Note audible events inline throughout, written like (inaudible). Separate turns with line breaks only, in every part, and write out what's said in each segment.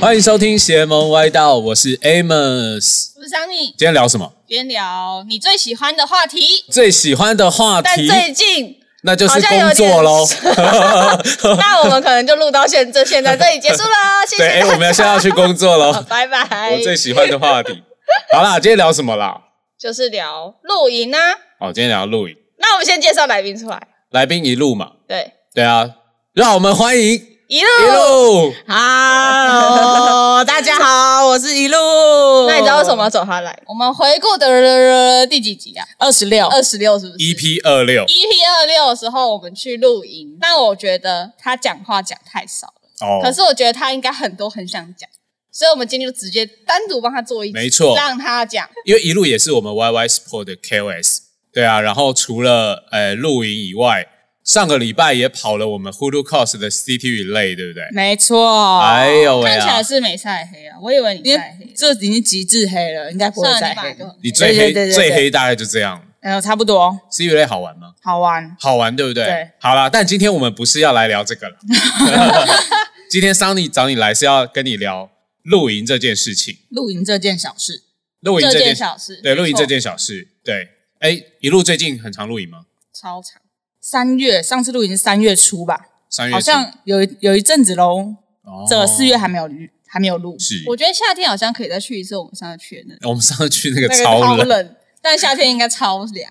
欢迎收听邪门歪道，我是 Amos。
我是桑尼，
今天聊什么？
今天聊你最喜欢的话题，
最喜欢的话
但
题，
最近，
那就是
好像有
工作喽。
那我们可能就录到现这现在这里结束啦，谢
(laughs) 对，哎、
谢
我
大
们
家，。
要现在要去工作喽
(laughs) 拜拜。
我最喜欢的话题，好啦，今天聊什么啦？
就是聊露营啊，
哦，今天聊露营，
那我们先介绍来宾出来，
来宾一路嘛，
对，
对啊，让我们欢迎一
一路。哦
路。
Hello，大家好，我是一路。
那你知道为什么？要找他来？我们回顾的第几集啊？
二十六，
二十六是不是
EP E 二六
EP 二六的时候，我们去露营，但我觉得他讲话讲太少了，
哦，
可是我觉得他应该很多很想讲，所以我们今天就直接单独帮他做一集，
没错
让他讲。
因为一路也是我们 YY Sport 的 KOS，对啊，然后除了呃露营以外，上个礼拜也跑了我们 Hulu Cos 的 CT Relay，对不对？
没错。
哎呦喂
看起来
啊！
是没晒黑啊，我以为你
因
晒
为
黑。
这已经极致黑了，应该不会
上
再
礼拜
黑
就很
了。
黑
你最黑
对对对对
最黑大概就这样。
嗯，差不多，
CT Relay 好玩吗？
好玩。
好玩，对不对？
对
好啦，但今天我们不是要来聊这个了。今天 Sunny 找你来是要跟你聊露营这件事情，
露营这件小事，
露营
这
这
件
件
小事，
对露营这
没错
件小事，对。哎，一路最近很常露营吗？
超长，
三月上次露营是三月初吧，
三月
好像有一有一阵子喽，
初
这四月
哦
还没有还没有录。
是
我觉得夏天好像可以再去一次我们上次去的那
我们上次去那个
那个
超冷，
冷，但夏天应该超凉。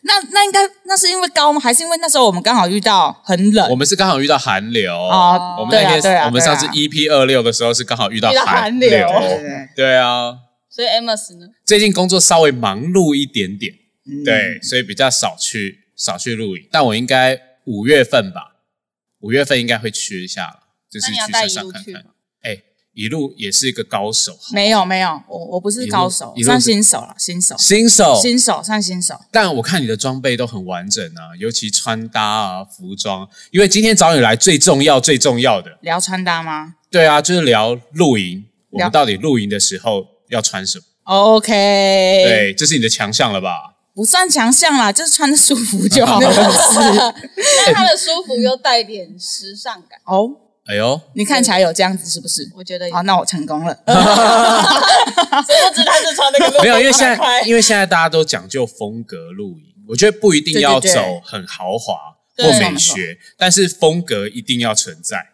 那那应该那是因为高吗？还是因为那时候我们刚好遇到很冷
我们是刚好遇到寒流。
啊？
我们
对
那
啊，
天、
对啊，
我们上次
对啊啊
EP 二六的时候是刚好遇到
遇到
寒
寒流
对对对
对啊，
所以 Amos 呢？
最近工作稍微忙碌一点点，
嗯
对，所以比较少去少去露营。但我应该五月份吧，五月份应该会去一下啦，就是
那你要
去
带
山
一
上
路
看
去
看
吗。？
哎，一路也是一个高手，
没有没有，我我不是高手，
一路一路
算
是哦
新手了，新手，
新手。
新手算新手。
但我看你的装备都很完整啊，尤其穿搭啊、服装。因为今天找你来最重要、最重要的，
聊穿搭吗
对啊，就是聊露营，我们
聊
到底露营的时候要穿什么？
？OK，
对，这是你的强项了吧？
不算强项啦，就是穿的舒服
(laughs)
就好了。
但它的舒服又带点时尚感，
(laughs) 哦，
哎呦，
你看起来有这样子是不是？
我觉得有
好，。那我成功了。呃
不知他是穿那个
(laughs) 没有，因为现在
快
因为现在大家都讲究风格露营，我觉得不一定要
对对对
走很豪华
对
或美学，但是风格一定要存在。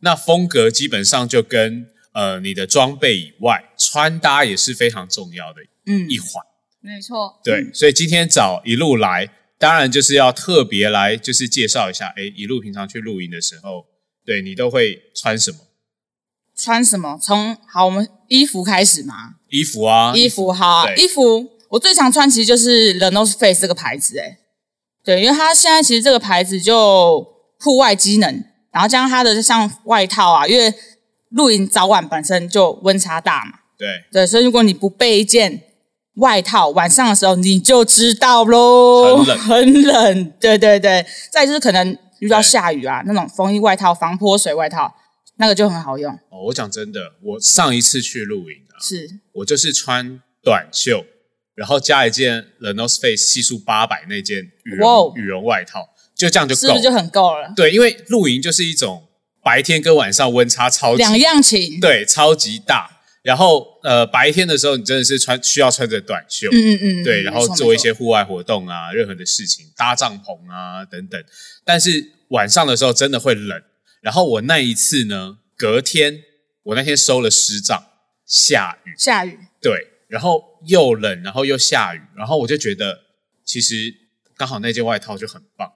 那风格基本上就跟呃你的装备以外，穿搭也是非常重要的
嗯，
一环。
没错，
对，所以今天找一路来，当然就是要特别来，就是介绍一下，哎，一路平常去露营的时候，对你都会穿什么
穿什么？从好，我们衣服开始嘛。
衣服啊？
衣服好，
对
衣服我最常穿其实就是 The North Face 这个牌子、欸，对，因为它现在其实这个牌子就户外机能，然后加上它的像外套啊，因为露营早晚本身就温差大嘛，
对，
对，所以如果你不备一件外套，晚上的时候你就知道喽，
很冷
很冷，对对对。再就是可能遇到
对
下雨啊，那种风衣外套、防泼水外套，那个就很好用，
哦，我讲真的，我上一次去露营啊，
是
我就是穿短袖，然后加一件 The North Face 系数八百那件羽
哇
绒
哦
羽绒外套，就这样就是够
不
了。
是就很够了？
对，因为露营就是一种白天跟晚上温差超级
两样情，
对超级大，然后呃白天的时候你真的是穿需要穿着短袖，
嗯嗯嗯，
对，
嗯
然后
没错
做一
没错
些户外活动啊，任何的事情，搭帐篷啊等等。但是晚上的时候真的会冷。然后我那一次呢，隔天我那天收了湿帐，下雨，
下雨，
对，然后又冷，然后又下雨，然后我就觉得其实刚好那件外套就很棒，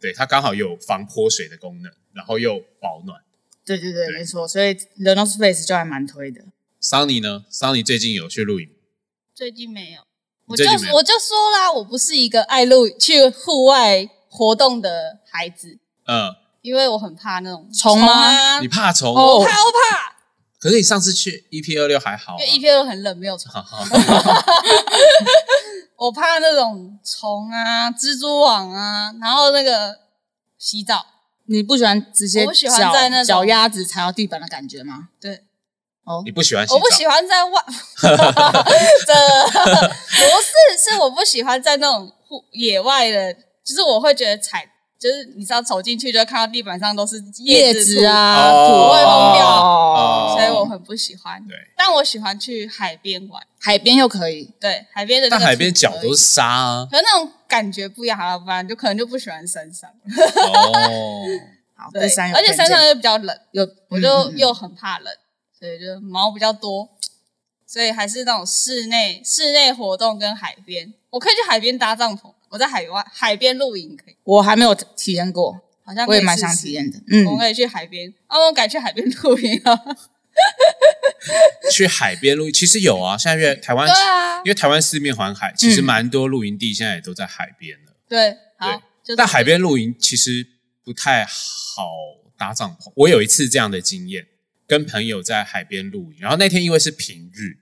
对，它刚好有防泼水的功能，然后又保暖。
对对
对
对，没错，所以 The North Face 就还蛮推的。
桑尼呢？桑尼最近有去露营吗，
最近没有。
你
我
最
就
近没有
我就说啦，我不是一个爱露去户外活动的孩子，
嗯，
因为我很怕那种
虫吗
啊
你怕虫？
哦
我怕我怕，
可是你上次去 EP 二六还好、啊
因为，E 一片都很冷，没有虫。 (laughs) 我怕那种虫啊、蜘蛛网啊，然后那个洗澡，
你不喜欢直接
我喜欢
脚
在那种
脚丫子踩到地板的感觉吗？
对，
你不喜欢洗澡？
我不喜欢在外， (laughs) 这不是是我不喜欢在那种户野外的，就是我会觉得踩就是你知道走进去就看到地板上都是
叶
子
子，啊，
哦
土
会疯掉
哦
所以我很不喜欢。
对，
但我喜欢去海边玩，
海边又可以，
对海边的那
但
个
海边
土
脚
而已
都是沙啊。
可是那种感觉不一样，好了，不然就可能就不喜欢山上。
哦，
好，
对，
对山有
而且
偏见
山上又比较冷，
有，
我
嗯
就
嗯
又很怕冷，所以就毛比较多，所以还是那种室内室内活动跟海边，我可以去海边搭帐篷，我在海外海边露营可以，
我还没有体验过，
好像可
我
以
也蛮想
试试
体。验的。嗯，
我可以去海边，哦，我改去海边露营啊了。
去海边露营其实有啊，现在越台湾
对，啊嗯
因，为台湾四面环海，其实蛮多露营地现在也都在海边了。
对，好
对，
就是
但海边露营其实不太好搭帐篷。我有一次这样的经验，跟朋友在海边露营，然后那天因为是平日，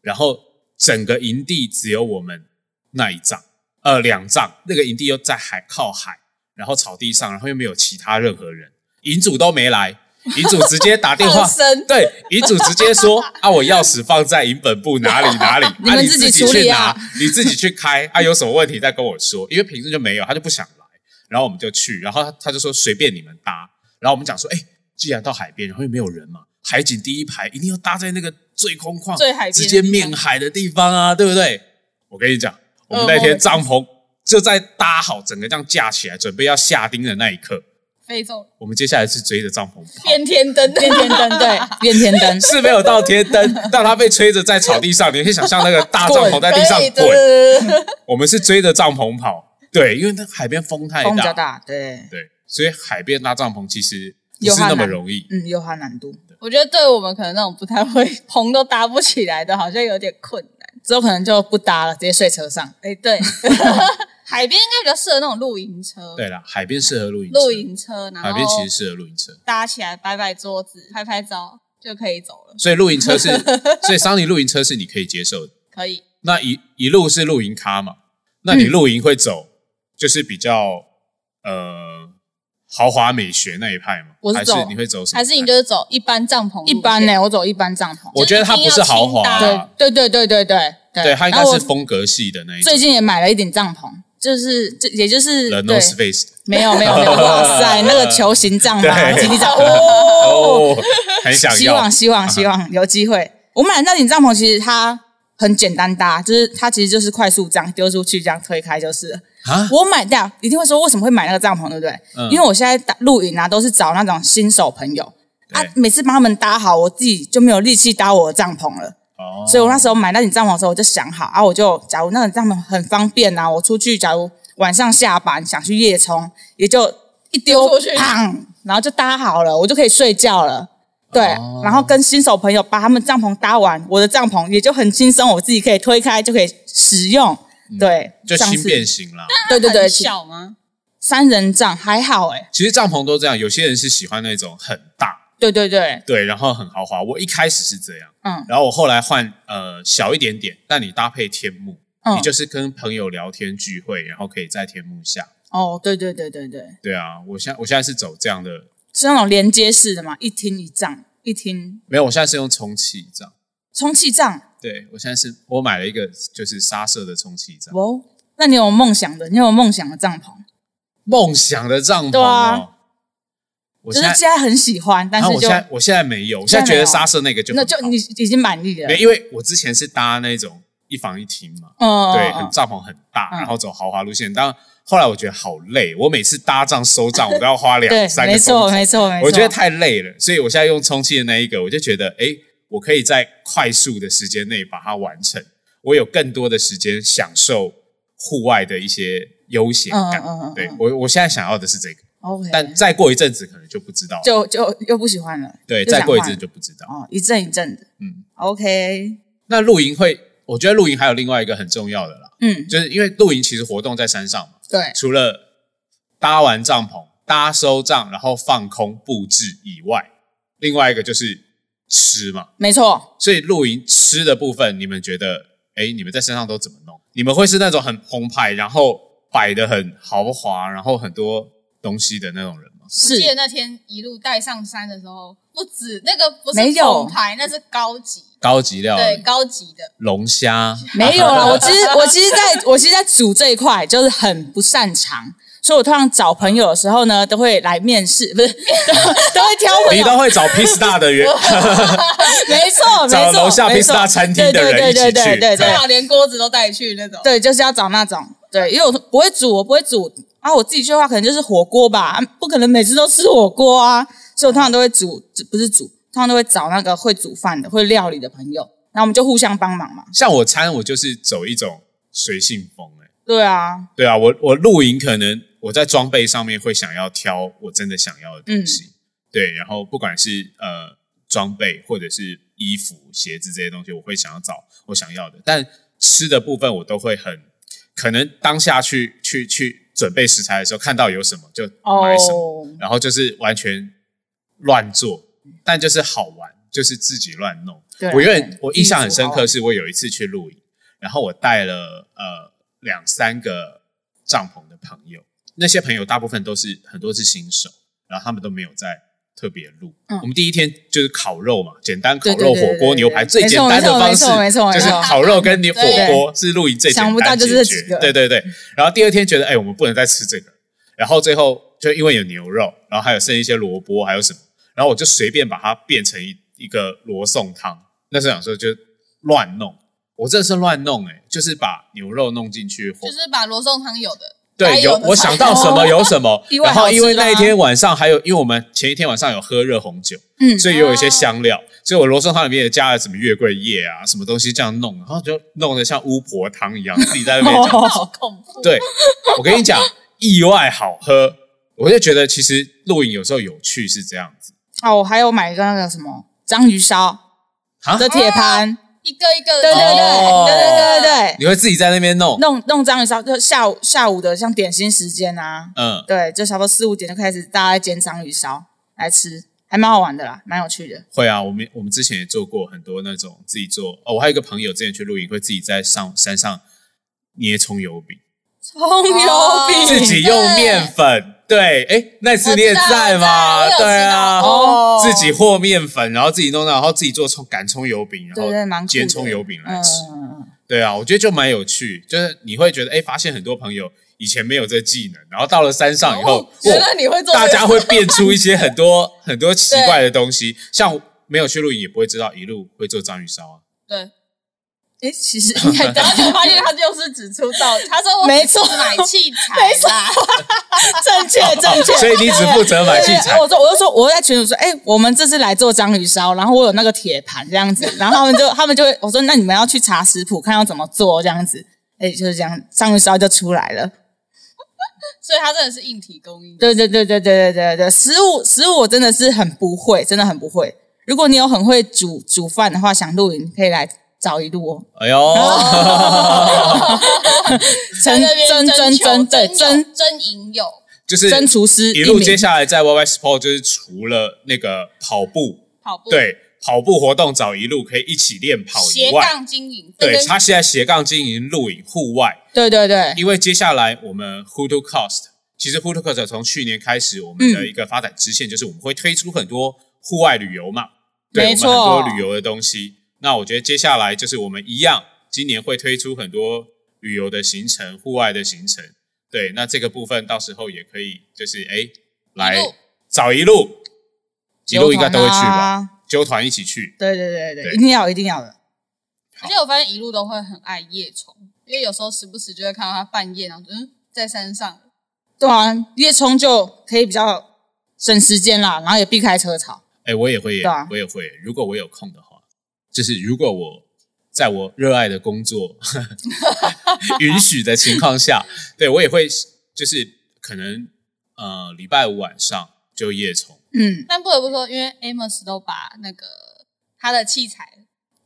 然后整个营地只有我们那一帐，呃，两帐，那个营地又在海靠海，然后草地上，然后又没有其他任何人，营主都没来，营主直接打电话
放。生
对，遗嘱直接说 (laughs) 啊，我钥匙放在银本部哪里哪里，
(laughs) 你
啊
们
你
自己
己
处
去
理
拿
啊，
你自己去开啊，有什么问题再跟我说，因为平时就没有，他就不想来，然后我们就去，然后他他就说随便你们搭，然后我们讲说，哎，既然到海边，然后又没有人嘛，海景第一排一定要搭在那个最空旷、
最海边的
直接
地方
面海的地方啊，对不对？我跟你讲，我们那
噩梦
天
嗯
的
帐篷就在搭好，整个这样架起来，准备要下钉的那一刻，
非洲
我们接下来是追着帐篷跑。，
变天灯，
变天灯，对，
(laughs)
变天灯
是没有到天灯，但它被吹着在草地上，你可以想象那个大帐篷在地上
可以
滚。
的。
我们是追着帐篷跑，对，因为那海边风太
风比较
大，
大，对，
对，所以海边搭帐篷其实不是那么容易。
嗯，有它难度，
(laughs) 我觉得对我们可能那种不太会棚都搭不起来的，好像有点困难。
之后可能就不搭了，直接睡车上。
哎，对，
(laughs)
海边应该比较适合那种露营车，
对啦，海边适合露营车，
露营车，然后
海边其实适合露营车，
搭起来摆摆桌子、拍拍照就可以走了，
所以露营车是，所以桑尼露营车是你可以接受的。
可以。
嗯
那一一路是露营咖嘛，那你露营会走就是比较呃豪华美学那一派吗？
我是
还是
走
你会走什么派？
还是你就是走一般帐篷路
一
线，
般呢，我走一般帐篷。
我觉得它不是豪华
就是一定要
啊
轻搭，
对对对对对对
对，它应
然
该
后
是
我
风格系的那一种
最近也买了一顶帐篷，就是这也就是
，The
对
North Face 的
没有没有没
(laughs)
有，哇塞，那个球形帐嘛，
对
集体帐哦，
(laughs) 哦，很想
(laughs) 希
要啊
望，希望希望有机会。我买的那顶帐篷其实它很简单搭，就是它其实就是快速帐丢出去这样推开就是了。
啊，
我买掉一定会说为什么会买那个帐篷，对不对？
嗯
因为我现在打露营啊都是找那种新手朋友啊
对，
每次帮他们搭好，我自己就没有力气搭我的帐篷了。
哦
所以我那时候买那顶帐篷的时候，我就想好啊，我就假如那顶帐篷很方便啊，我出去假如晚上下班想去夜冲，也就一丢
丢出去
砰，然后就搭好了，我就可以睡觉了。对，
哦
然后跟新手朋友把他们帐篷搭完，我的帐篷也就很轻松，我自己可以推开就可以使用。对，
嗯就
上
轻
次
便型啦。
对对对，
很
其
小吗？
三人帐还好哎、
其实帐篷都这样，有些人是喜欢那种很大，
对对对，
对，然后很豪华。我一开始是这样，
嗯
然后我后来换呃小一点点，但你搭配天幕，
嗯
你，就是跟朋友聊天聚会，然后可以在天幕下。
哦，对对对对对，
对啊，我现在我现在是走这样的，
是那种连接式的嘛，一厅一帐，一厅
没有，我现在是用充气这样。
充气帐。
对，我现在是我买了一个就是沙色的充气帐，
哦，那你有梦想的，你有梦想的帐篷，
梦想的帐篷、哦。
对啊
我
就
现
是
在
现在很喜欢，但
然后
是
我
就
现在我现在没有，我现
现在
在觉
没
得
有啊
沙色那个就
那
很
就
好
你已经满意了。
没，因为我之前是搭那种一房一厅嘛，
嗯，
对，
嗯
很
嗯
帐篷很大，
嗯
然后走豪华路线。但后来我觉得好累，我每次搭帐收帐我都要花两
对，
三个
没
钟
错，
头，
没错，没错。
我觉得太累了，所以我现在用充气的那一个，我就觉得哎，诶我可以在快速的时间内把它完成，我有更多的时间享受户外的一些悠闲
嗯
感。
嗯嗯嗯
对
嗯
我我现在想要的是这个，
OK，
但再过一阵子可能就不知道了，
就就又不喜欢了。
对，
就想
再过一阵
换
就不知道。
哦，一阵一阵的。
嗯
，OK，
那露营会，我觉得露营还有另外一个很重要的啦，
嗯，
就是因为露营其实活动在山上嘛，
对，
除了搭完帐篷、搭收帐，然后放空布置以外，另外一个就是吃嘛。
没错。
所以露营吃的部分，你们觉得，哎，你们在山上都怎么弄？你们会是那种很澎湃，然后摆的很豪华，然后很多东西的那种人吗？
我记得
是
那天一路带上山的时候，不止那个不是
没有
铜牌，那是高级，
高级料
对
理，
高级的。
龙虾， (laughs)
没有啦，我其实我其实在我其实在煮这一块就是很不擅长，所以我通常找朋友的时候呢，都会来面试，
(laughs)
不是都都会挑朋
你
友
都会找 P Star 的人，
没错，
找
没错，
楼下
没
Pizza
错
餐厅的人
对对对
一起
对
去
对对
这
最
样
对
好连锅子都带去那种。
对，就是要找那种对，因为我不会煮，我不会煮啊，我自己去的话可能就是火锅吧，啊不可能每次都吃火锅啊，所以我通常都会煮，不是煮，通常都会找那个会煮饭的、会料理的朋友，然后我们就互相帮忙嘛。
(laughs) 像我餐我就是走一种随性风、欸，
对啊，
对啊，我我露营可能我在装备上面会想要挑我真的想要的东西，对，然后不管是呃装备或者是衣服、鞋子这些东西，我会想要找我想要的，但吃的部分我都会很可能当下去去去准备食材的时候看到有什么就买什么，
哦，
然后就是完全乱做，但就是好玩，就是自己乱弄。
对
我永远我印象很哦深刻，
衣
是我有一次去露营，然后我带了呃两三个帐篷的朋友，那些朋友大部分都是很多是新手，然后他们都没有在特别录。
嗯
我们第一天就是烤肉嘛，简单烤
对对
肉、
对对
火锅、
对对
牛排，最
没
简
错
单的
没错
方
没
式
错没错没
就是
错
烤肉跟
(laughs)
你火
对
锅是露营最简单
想不到就是
解
这
决
几个
对对对。然后第二天觉得，哎，我们不能再吃这个，然后最后就因为有牛肉，然后还有剩一些萝卜，还有什么，然后我就随便把它变成一一个罗宋汤。那时候想说就乱弄，我这是乱弄哎、就是把牛肉弄进去火
就是把罗宋汤有的，
对，有
的
我想到什么有什么
意，外
然后
好吃
因为那一
吗
天晚上还有，因为我们前一天晚上有喝热红酒，
嗯
所以也有一些香料，所以我罗宋汤里面也加了什么月桂叶啊，什么东西这样弄，然后就弄得像巫婆汤一样，自己在那
(laughs)
边
哦
讲。
那好恐怖。
对，我跟你讲，意外好喝，我就觉得其实露营有时候有趣是这样子
哦，我还有买一个那个什么章鱼烧
啊，
的铁盘，
一个一个的，
对对对
哦
对对对对对，
你会自己在那边弄，
弄弄章鱼烧就下午下午的像点心时间啊，
嗯，
对，就差不多四五点就开始大家在煎章鱼烧来吃，还蛮好玩的啦，蛮有趣的。
会啊，我们我们之前也做过很多那种自己做哦，我还有一个朋友之前去露营会自己在上山上捏葱油饼。
葱哦
油饼
自己用面粉，对，哎，那次你也在
我？
吗
知道我知道
对啊，
哦
自己和面粉，然后自己弄到，然后自己做葱擀葱油饼，
对对，
然
蛮
后
酷
煎
的
葱油饼来吃。
嗯，
对啊，我觉得就蛮有趣，就是你会觉得，哎，发现很多朋友以前没有这技能，然后到了山上以
哦
后，
觉
哇
得你会做
大
这个
家会变出一些很多
(laughs)
很多奇怪的东西，像没有去露营也不会知道一路会做章鱼烧啊。
对，
哎，其实应
(laughs)
该
然后就发现他就是只出道，他说我
没错
只是买器材啦，
(laughs) 正确正确。
(laughs) 哦所以你只负责买器材
对我说，我就说，我就在群里说，哎、我们这次来做章鱼烧，然后我有那个铁盘这样子，然后他们就他们就会，我说那你们要去查食谱，看要怎么做这样子，哎、就是这样，章鱼烧就出来了。
所以他真的是硬体供应。
对对对对对对对对，食物食物我真的是很不会，真的很不会。如果你有很会煮煮饭的话，想露营可以来找一路哦。
哎呦，
哦在
(laughs) 真
那边
真真
求
真对
真
真
有真赢友
就是
真厨师
一路
名
接下来在 YY Sport 就是除了那个跑步，
跑步，
对跑步活动找一路可以一起练跑
斜
以外，
杠经营，
对
跟
他现在斜杠经营露营户外，
对对对，
因为接下来我们 Who to Cost，其实 Who to Cost 从去年开始我们的
嗯
一个发展支线就是我们会推出很多户外旅游嘛，对，
没错
我们很多旅游的东西。那我觉得接下来就是我们一样，今年会推出很多旅游的行程、户外的行程。对，那这个部分到时候也可以，就是哎，来
一路
找一路，一路应该都会去
有团
吧，
啊？
揪团一起去。
对对对对，
对
一定要一定要的。
而且我发现一路都会很爱夜虫，因为有时候时不时就会看到他半夜，然后就嗯在山上，
对啊，夜冲就可以比较省时间啦，然后也避开车潮。
哎，我也会耶，
对啊
我也会耶。如果我有空的话，就是如果我在我热爱的
(laughs)
工作允许的情况下，对我也会就是可能呃礼拜五晚上就夜冲，
嗯，
但不得不说，因为 Amos 都把那个他的器材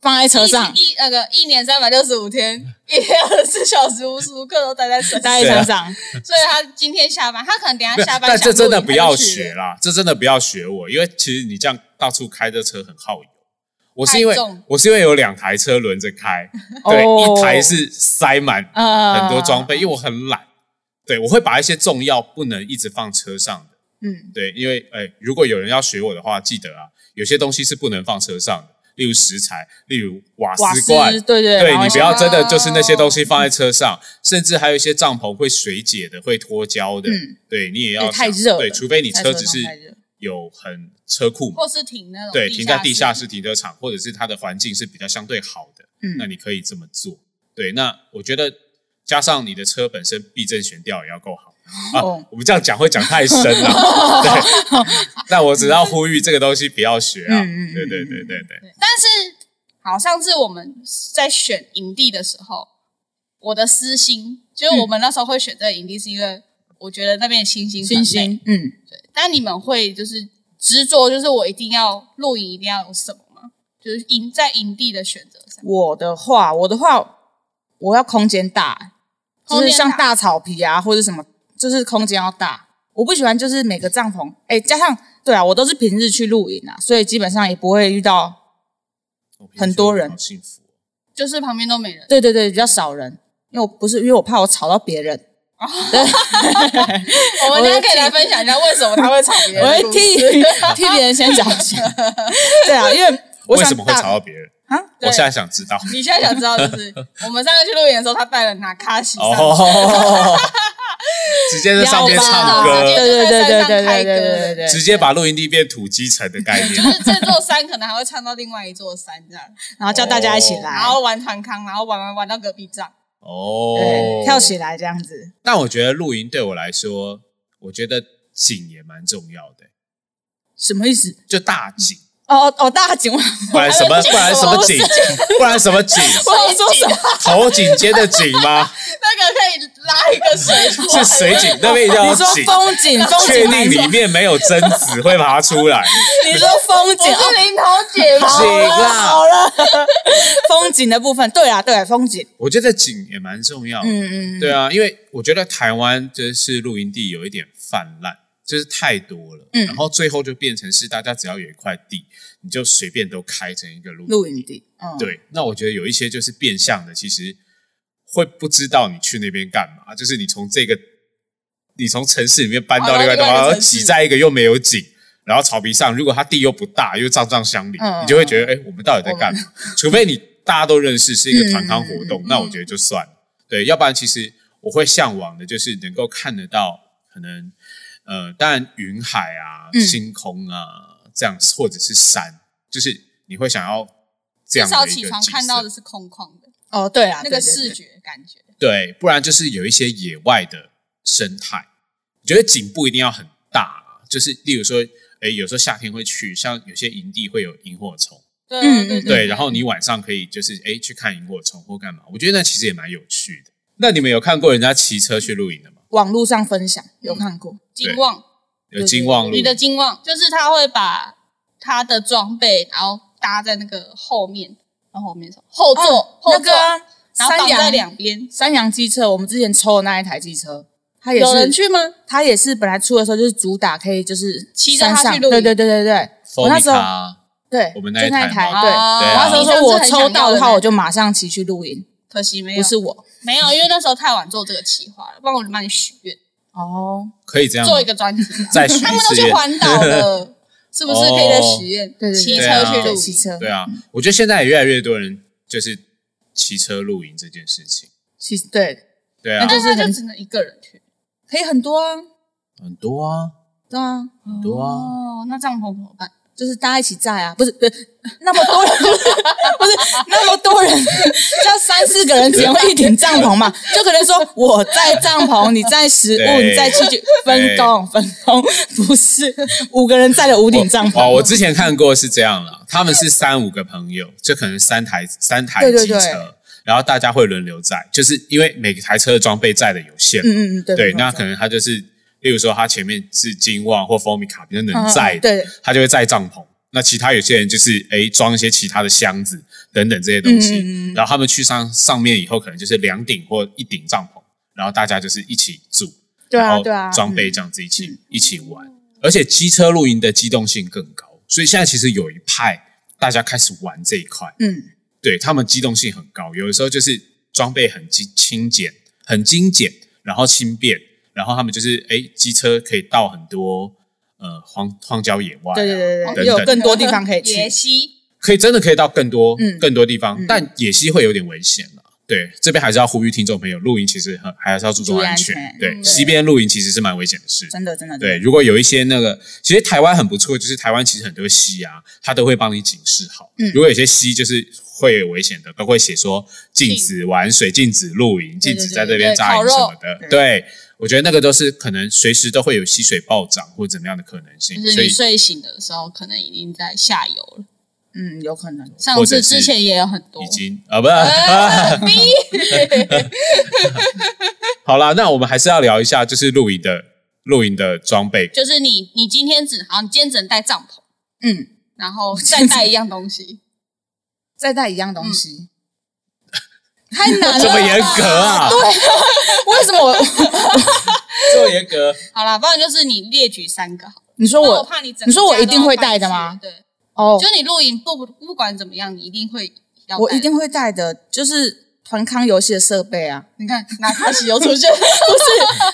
放在车上，
一一那个一年三百六十五天，一天二十四小时无时无刻都待在身上，
(laughs) 待在车上。
所以他今天下班，他可能等一下下班
但
想录
这
影，
真的不要
他就去
学
了，
啦，这真的不要学我，因为其实你这样到处开这车很耗油。我是因为
太重
我是因为有两台车轮
(laughs)
着开，对，
哦
一台是塞满
呃
很多装备，因为我很懒，对我会把一些重要不能一直放车上的，
嗯，
对，因为哎，如果有人要学我的话，记得啊，有些东西是不能放车上的，例如食材，例如瓦
瓦
斯
斯
罐，，
对对
对
然后
你
嗯一
不
些
要真的就是那些东西放在车上，甚至还有一些帐篷会水解的、会脱胶的，
嗯
对你也要
哎太
想
热了
对，除非你
在
车
车
子
上
是
太热
有很车库嘛，
或是停那种
对，停在地下
室。
室停车场，或者是它的环境是比较相对好的，
嗯
那你可以这么做。对，那我觉得加上你的车本身避震悬吊也要够好。啊
哦，
我们这样讲会讲太深
(laughs)
了，对。那我只要呼吁这个东西不要学啊！
嗯嗯嗯
对对
嗯
对对对，
对但是好，上次我们在选营地的时候，我的私心就是我们那时候会选这个营地，是因为我觉得那边的星星
星星，嗯，
但你们会就是执着，就是我一定要露营，一定要有什么吗？就是营在营地的选择上，
我的话，我的话，我要空间大，就
空
是
间
像
大
大草皮啊，或者什么，就是空间要大。我不喜欢就是每个帐篷，哎、加上对啊，我都是平日去露营啊，所以基本上也不会遇到，
我平时
很多人
好幸福哦，
就是旁边都没人。
对对对，比较少人，因为我不是因为我怕我吵到别人，对，
(laughs) 我们大家可以来分享一下为什么他会吵别人
我
的
会
故事。
替替别人先着想，对啊，因为我
哦为
想
什么会
大
吵到别人？
啊？
我现在想知
(laughs)
道。
你现在想知道，就是我们上次去露营的时候，他带了拿卡西上山
哦， (laughs) 直接在上面唱
要吧
歌，
对对对对对对对对对，
直接把露营地变土鸡城的概念
就。是这座山可能还会唱到另外一座山这样，
然后叫大家一起来
然，后玩团康，然后玩玩玩到隔壁站。
哦
对，，跳起。来这样子，
但我觉得露营对我来说，我觉得景也蛮重要的，
什么意思？
就大景，
哦哦，大家
(laughs)
景，我
不然什么，
景
不然什么景，不然什么景，
我想说什么？
头颈间的景吗？
那个可以拉一个水出来，
是水景，那边一定要
你
有
说
景。
风景，风
确
景还
定
是
里面没有贞子会爬出来， (laughs)
你说风
我
景，哦
是零头姐吗？
景啦，
好了， (laughs) 风景的部分，对啊，对啊，风景，
我觉得景也蛮重要的。
嗯嗯，
对啊，因为我觉得台湾就是露营地有一点泛滥，就是太多了，
嗯
然后最后就变成是大家只要有一块地，你就随便都开成一个露营。
露营地，嗯，，
对，那我觉得有一些就是变相的，其实会不知道你去那边干嘛，就是你从这个你从城市里面搬到
哦
另外地方，
另外一个
然后
城市
挤在一个又没有景。然后草皮上，如果它地又不大，又脏脏相邻，
嗯
你就会觉得，哎，我们到底在干嘛？除非你大家都认识是一个团康活动，
嗯
那我觉得就算了。对，要不然其实我会向往的就是能够看得到，可能呃，当然云海啊、
嗯
星空啊这样，或者是山，就是你会想要
至
这样
少
的一
起
个
床
景
看到
色
的。是空旷的，
哦，对啊，
那个
对对
视
对
觉感觉。
对，不然就是有一些野外的生态。我觉得景不一定要很大，啊就是例如说，哎，有时候夏天会去，像有些营地会有萤火虫，
对
嗯
对
嗯
对，然后你晚上可以就是哎去看萤火虫或干嘛，我觉得那其实也蛮有趣的。那你们有看过人家骑车去露营的吗？
网络上分享有看过，
金旺，
有金旺路
你，的金旺就是他会把他的装备，然后搭在那个后面，然后后面什么后座、
哦
嗯后
那
座，
个啊
然后
山
绑在
羊
两边。
山羊机车，我们之前抽的那一台机车，它也
有人
是。
去吗？
它也是本来出的时候就是主打可以就是
骑着它
山上
去露营
对对对对对，我那时候
Formica
对，
我们那
就
一台
那一台
嘛
对，
哦
对
我
啊
那时候
你上
说
次
我
很
抽
想
到
要
的啊
的
话，
那
我就马上骑去露营，
可惜没有，
不是我
没有，因为那时候太晚做这个企划了，不然我就帮你许愿，
哦，
可以这样吗
做一个专辑啊。
再许一
他们都
次
去
愿。
环岛了，是不是可以再许愿？
对对对
骑
对啊
车去
对
露营
骑车，
对啊，我觉得现在也越来越多人就是骑车露营这件事情。
其实对，
对啊
那，
但
就是
是就
很
只能一个人去。
可以很多啊，
很多啊，
对啊，
很多啊。
哦，那帐篷怎么办？
就是大家一起在啊，不是不是那么多人，不是那么多人，像三四个人只用一顶帐篷嘛，就可能说我在帐篷，你在食物，
对
你在器具，分工分工，不是五个人在了五顶帐
哦，
篷，
我之前看过是这样啦，他们是三五个朋友，就可能三台三台
对对
机车，
对
然后大家会轮流载，就是因为每台车的装备载的有限嘛，
嗯嗯嗯，对
对，
没错
那可能他就是，例如说他前面是金旺或 Formica 比较能载
嗯
的，
嗯对
他就会载帐篷。那其他有些人就是诶装一些其他的箱子等等这些东西，
嗯嗯嗯
然后他们去上上面以后，可能就是两顶或一顶帐篷，然后大家就是一起住，
对
然
啊
后
对啊，
装备
嗯
这样子一起、一起玩。而且机车露营的机动性更高，所以现在其实有一派大家开始玩这一块，
嗯
对他们机动性很高，有的时候就是装备很精轻简、很精简，然后轻便，然后他们就是哎，机车可以到很多呃荒荒郊野外啊、
对对对对
等
哦
也有
等
更多地方可以去
野溪，
可以真的可以到更多、
嗯
更多地方，
嗯
但也是会有点危险了。对，这边还是要呼吁听众朋友，露营其实很还是要注重
注意
安
安
全。
全
对，
嗯
西边露营其实是蛮危险的事。
真的真的
对，，如果有一些那个，其实台湾很不错，就是台湾其实很多溪啊，它都会帮你警示好。
嗯
如果有些溪就是会有危险的，都会写说禁止玩水、禁止露营、禁
对
止在这边扎营
对对
什
对
么的。
对
对，我觉得那个都是可能随时都会有溪水暴涨或怎么样的可能性
就，是
所
你
以
睡醒的时候，可能已经在下游了。
嗯，有可能。
上
或者
次
是
之前也有很多
已，经啊不是。
呃逼
(laughs) 好啦，那我们还是要聊一下，就是露营的露营的
(laughs)
装备。
就是你，你今天只好，你今天只能带帐篷，
嗯，
然后再带一样东西，
再带一样东西，太难
(laughs)
了。
这么严格啊！
为什么我？
这么严格，
好啦，不然就是你列举三个好了。
你说
那我
我
怕你整个
你说我
家都
一定会
要搬
带的
去
吗
对，
哦，
就你露营不不不管怎么样，你一定会要带。
我一定会带的，就是团康游戏的设备啊。
你
(laughs)
看拿卡西又出 (laughs) 现，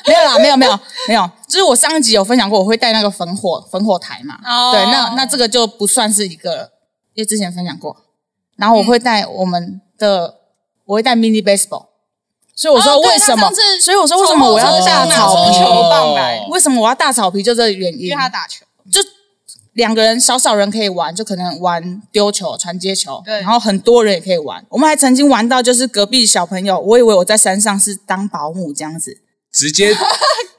没有啦，没有没有没有，就是我上一集有分享过，我会带那个焚火焚火台嘛。
哦
对，那那这个就不算是一个了，因为之前分享过。然后我会带我们的，我会带 mini baseball。所以我说
哦对
为什么？
他上次
所以我说为什么我要
从后车
大
厢拿
草
出
皮？
球棒来
哦
为什么我要大草皮？就这个原因
因为。他打球，
两个人少少人可以玩，就可能玩丢球、传接球，
对
然后很多人也可以玩。我们还曾经玩到，就是隔壁小朋友，我以为我在山上是当保姆这样子，
直接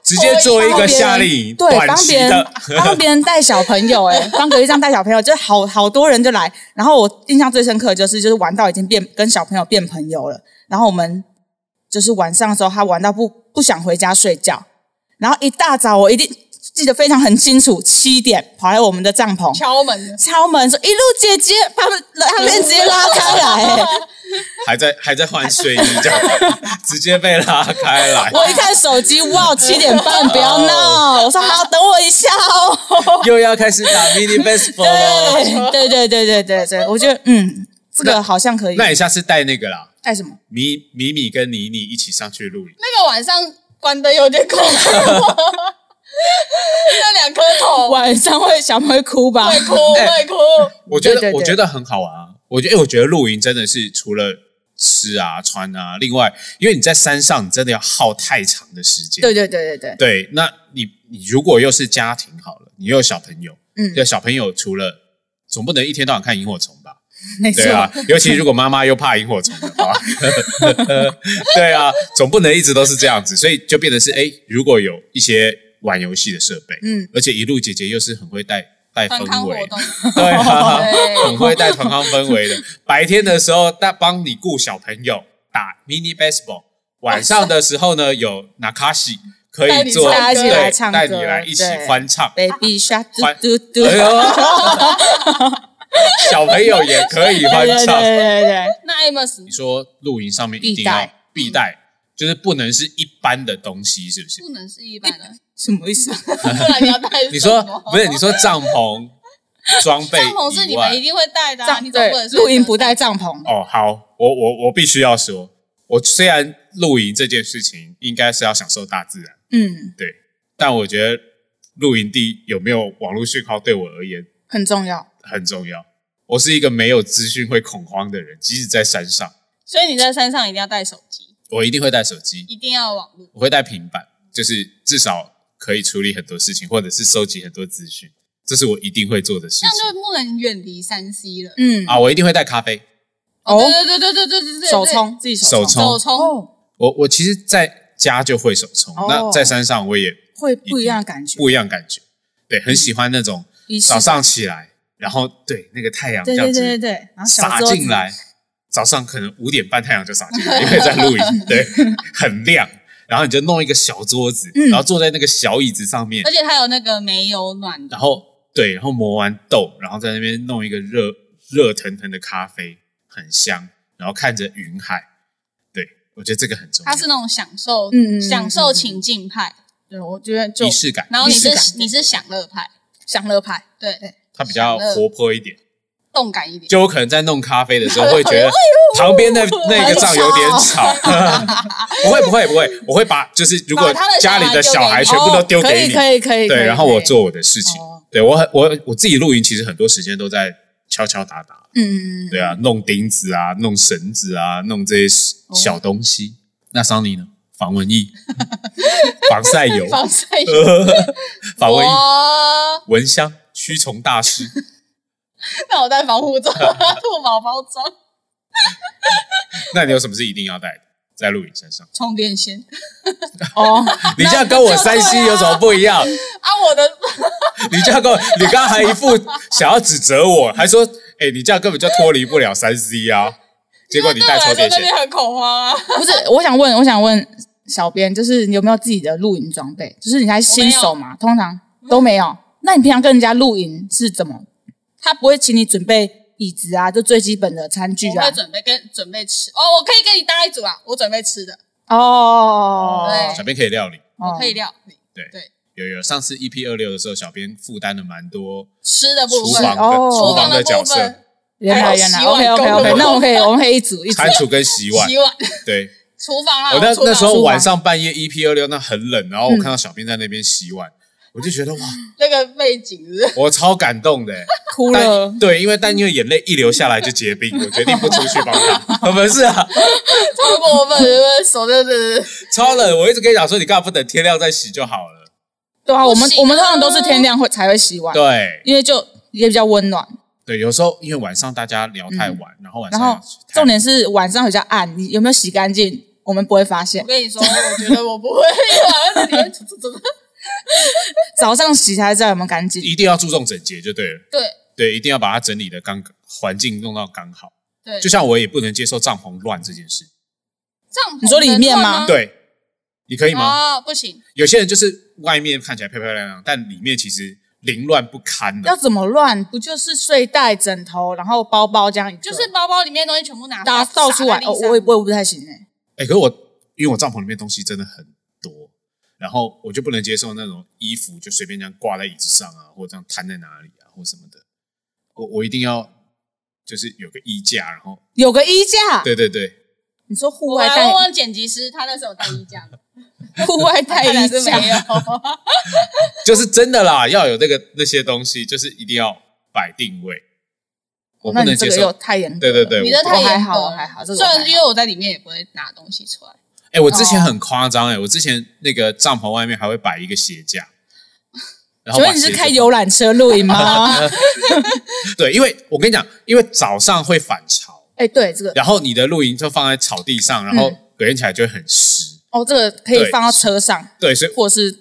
直接做一个夏令营，
对，
短
帮
期
别人 (laughs)
的。
帮别人带小朋友、欸，帮隔壁上带小朋友，就是好好多人就来。然后我印象最深刻的就是，就是玩到已经变跟小朋友变朋友了。然后我们就是晚上的时候，他玩到不不想回家睡觉，然后一大早我一定记得非常很清楚，七点跑来我们的帐篷，
敲门的，
敲门说：“一路姐姐，把门他们直接拉开来、
还在还在换睡衣，这
(laughs)
样直接被拉开来。
我一看手机，哇，七点半，不要闹！我说好，等我一下哦。
又要开始打 mini baseball 了。
对对对对对对，我觉得嗯，这个好像可以。
那你下次带那个啦，
带什么？
米米米跟妮妮一起上去露营，
(laughs) 那个晚上关的有点恐怖，那两颗头
晚上会小朋友会哭吧？
会哭
哎
会哭，
我觉得
对对对
我觉得很好玩啊。我觉得，因为我觉得露营真的是除了吃啊、穿啊，另外，因为你在山上，你真的要耗太长的时间。
对对对对对，
对，那你你如果又是家庭好了，你又有小朋友，
嗯
这小朋友除了总不能一天到晚看萤火虫吧？
没
(laughs)
错
对。啊，尤其如果妈妈又怕萤火虫的话， (laughs) 对啊，总不能一直都是这样子，所以就变成是哎，如果有一些玩游戏的设备，
嗯，
而且一路姐姐又是很会带带
团康
哎氛
活
围，
动，
对啊，
对
很会带团康氛围的。白天的时候，那帮你雇小朋友打 mini baseball，晚上的时候呢，有 nakashi 可
带
以
你
做，
大家一起
对
来唱歌
带你来一起
对
欢唱。
Baby shark
欢
嘟嘟嘟，
哎呦，小朋友也可以欢
对对对
唱。
对对，
那 Amos
你说露营上面一定要必
必带嗯
带，就是不能是一般的东西，是不是？
不能是一般的，
什么意思啊？
不然你要带什么
哎你说不是？你说帐篷装备
(laughs) 帐篷是
以
你
外
们一，定会带的啊，
帐
你总不能
对，
睡着
露营不带帐篷，
哦，好，我我我必须要说，我虽然露营这件事情应该是要享受大自然，
嗯，
但我觉得露营地有没有网络讯号对我而言
很重要。
很重要。我是一个没有资讯会恐慌的人，即使在山上，
所以你在山上一定要带手机，
我一定会带手机，
一定要有网络。
我会带平板，就是至少可以处理很多事情，或者是收集很多资讯，这是我一定会做的事
这样
情
就不能远离山西了。
嗯，
啊！我一定会带咖啡，
哦，
对对对对对对对对，
手冲自己
手
冲
冲。
手冲，
哦，
我我其实在家就会手冲，
哦
那在山上我也
会不一样的感觉，
不一样感觉，对，很喜欢那种
仪式
早
感
上起来，然后对那个太阳这
对
样
对
子
对对对，然后小
洒
桌子
进，来，早上可能五点半太阳就洒进来，因为在露营，
(laughs)
对，很亮。然后你就弄一个小桌子，
嗯
然后坐在那个小椅子上面，
而且它有那个煤油暖的，
然后对，然后磨完豆，然后在那边弄一个热热腾腾的咖啡，很香，然后看着云海，对我觉得这个很重要，
它是那种享受，
嗯嗯嗯
享受情境派，
对我觉得就
仪式感，
然后你
仪式
是
感
你是享乐派，
享乐派，
对，
它比较活泼一点。
动感一点。
就我可能在弄咖啡
(laughs)
的时候会觉
哎
得旁边那那个帐有点吵， (laughs) 不会不会不会，我会把就是如果
把他的小
家
孩
里的小孩
丢
全部都丢
哦可
给
以
你，
可以可以，可
对，
以
然后我
可以
做我的事情
哦。
对我很我我自己露营，其实很多时间都在敲敲打打，
嗯，
对啊，弄钉子啊，弄绳子啊，弄这些
哦
小东西。那桑尼呢？防蚊液、 (laughs) 防晒油、
防晒
呃
油，
防蚊液、
哇
蚊香、驱虫大师。
那我带防护罩， (laughs) 兔宝宝装，
那你有什么是一定要带的？在露营身
(laughs)
上，
充电线
哦，
你这样跟我山西有什么不一样？
啊，我的
你这样跟我，你刚刚还一副想要指责我，还说，哎、你这样根本就脱离不了三 C 啊。结果你带充
对我来
电
说那
线，
边很恐慌啊，
不是，我想问，我想问小编，就是你有没有自己的露营装备？就是你在新手嘛，通常
嗯
都没有。那你平常跟人家露营是怎么？他不会请你准备椅子啊，就最基本的餐具
我
啊
会。准备跟准备吃哦，我可以跟你搭一组啦，我准备吃的，
哦，
对
小编可以料理。
我可以料理
有有，上次 EP 二六的时候，小编负担了蛮多
吃的部
厨
分
房，
哦
跟厨
厨
房
房
的
的
角
部
色，
分，
原
还
来
有
原来
洗碗
，OK OK
工
OK，
作
那
(laughs)
我们可以我们可以一组一
(laughs)
组
餐。厨跟洗碗。
洗碗，
对，
厨房啊，
我那
厨房
那时候
厨房
晚上半夜 EP 二六，那很冷，然后我看到小编在那边洗碗，我就觉得哇，
那个背景是不是
我超感动的、欸。
哭了
但。对，因为但因为眼泪一流下来就结冰，我决定不出去帮他。不是
(laughs)
啊，
超过分，是不是手就是
超冷，我一直跟你讲说，你干嘛不等天亮再洗就好了？
对啊，我们
不行啊
我们通常都是天亮会才会洗碗，
对
因为就也比较温暖。
对，有时候因为晚上大家聊太晚，然后晚上
然后
太
重点是晚上比较暗，你有没有洗干净？我们不会发现
我，跟你说，我觉得我不会，啊晚上里面突突突突
早上洗才知道有没有干净。
一定要注重整洁就对了。
对
对，一定要把它整理的刚环境弄到刚好。
对，
就像我也不能接受帐篷乱这件事。
帐篷
你说里面吗
能乱
对，你可以吗？
啊，不行，
有些人就是外面看起来漂漂亮亮，但里面其实凌乱不堪的
要。怎么乱？不就是睡袋、枕头，然后包包这样一个，
就是包包里面的东西全部拿
打倒出来。
撒在
哦
地，上
我也我也不太行哎、
哎、可是我因为我帐篷里面东西真的很多，然后我就不能接受那种衣服就随便这样挂在椅子上啊，或者这样摊在哪里啊，或什么的。我我一定要就是有个衣架，然后
有个衣架，
对对对，
你说户
我
外
来问
带
问剪辑师，他那时候有带衣架吗？
户外
(laughs)
带
看来
衣
是没
架，
有。
就是真的啦，要有那个那些东西，就是一定要摆定位。我不
(laughs) 那
能
你这
接
个又
受。
太严格了。
对对对，
你
我
这太
我还
严
好
格了
我还好这个我
虽
还好
然因为我在里面也不会拿东西出来，
哎、我之前很夸张哎，我之前那个帐篷外面还会摆一个鞋架，然后
请
把
问你是
鞋子
开游览车露营
(laughs)
吗？
对，因为我跟你讲，因为早上会反潮，
哎、对这个
然后你的露营就放在草地上，然后隔天起来就会很湿。
哦，这个可以
对
放到车上，
对，所以
或是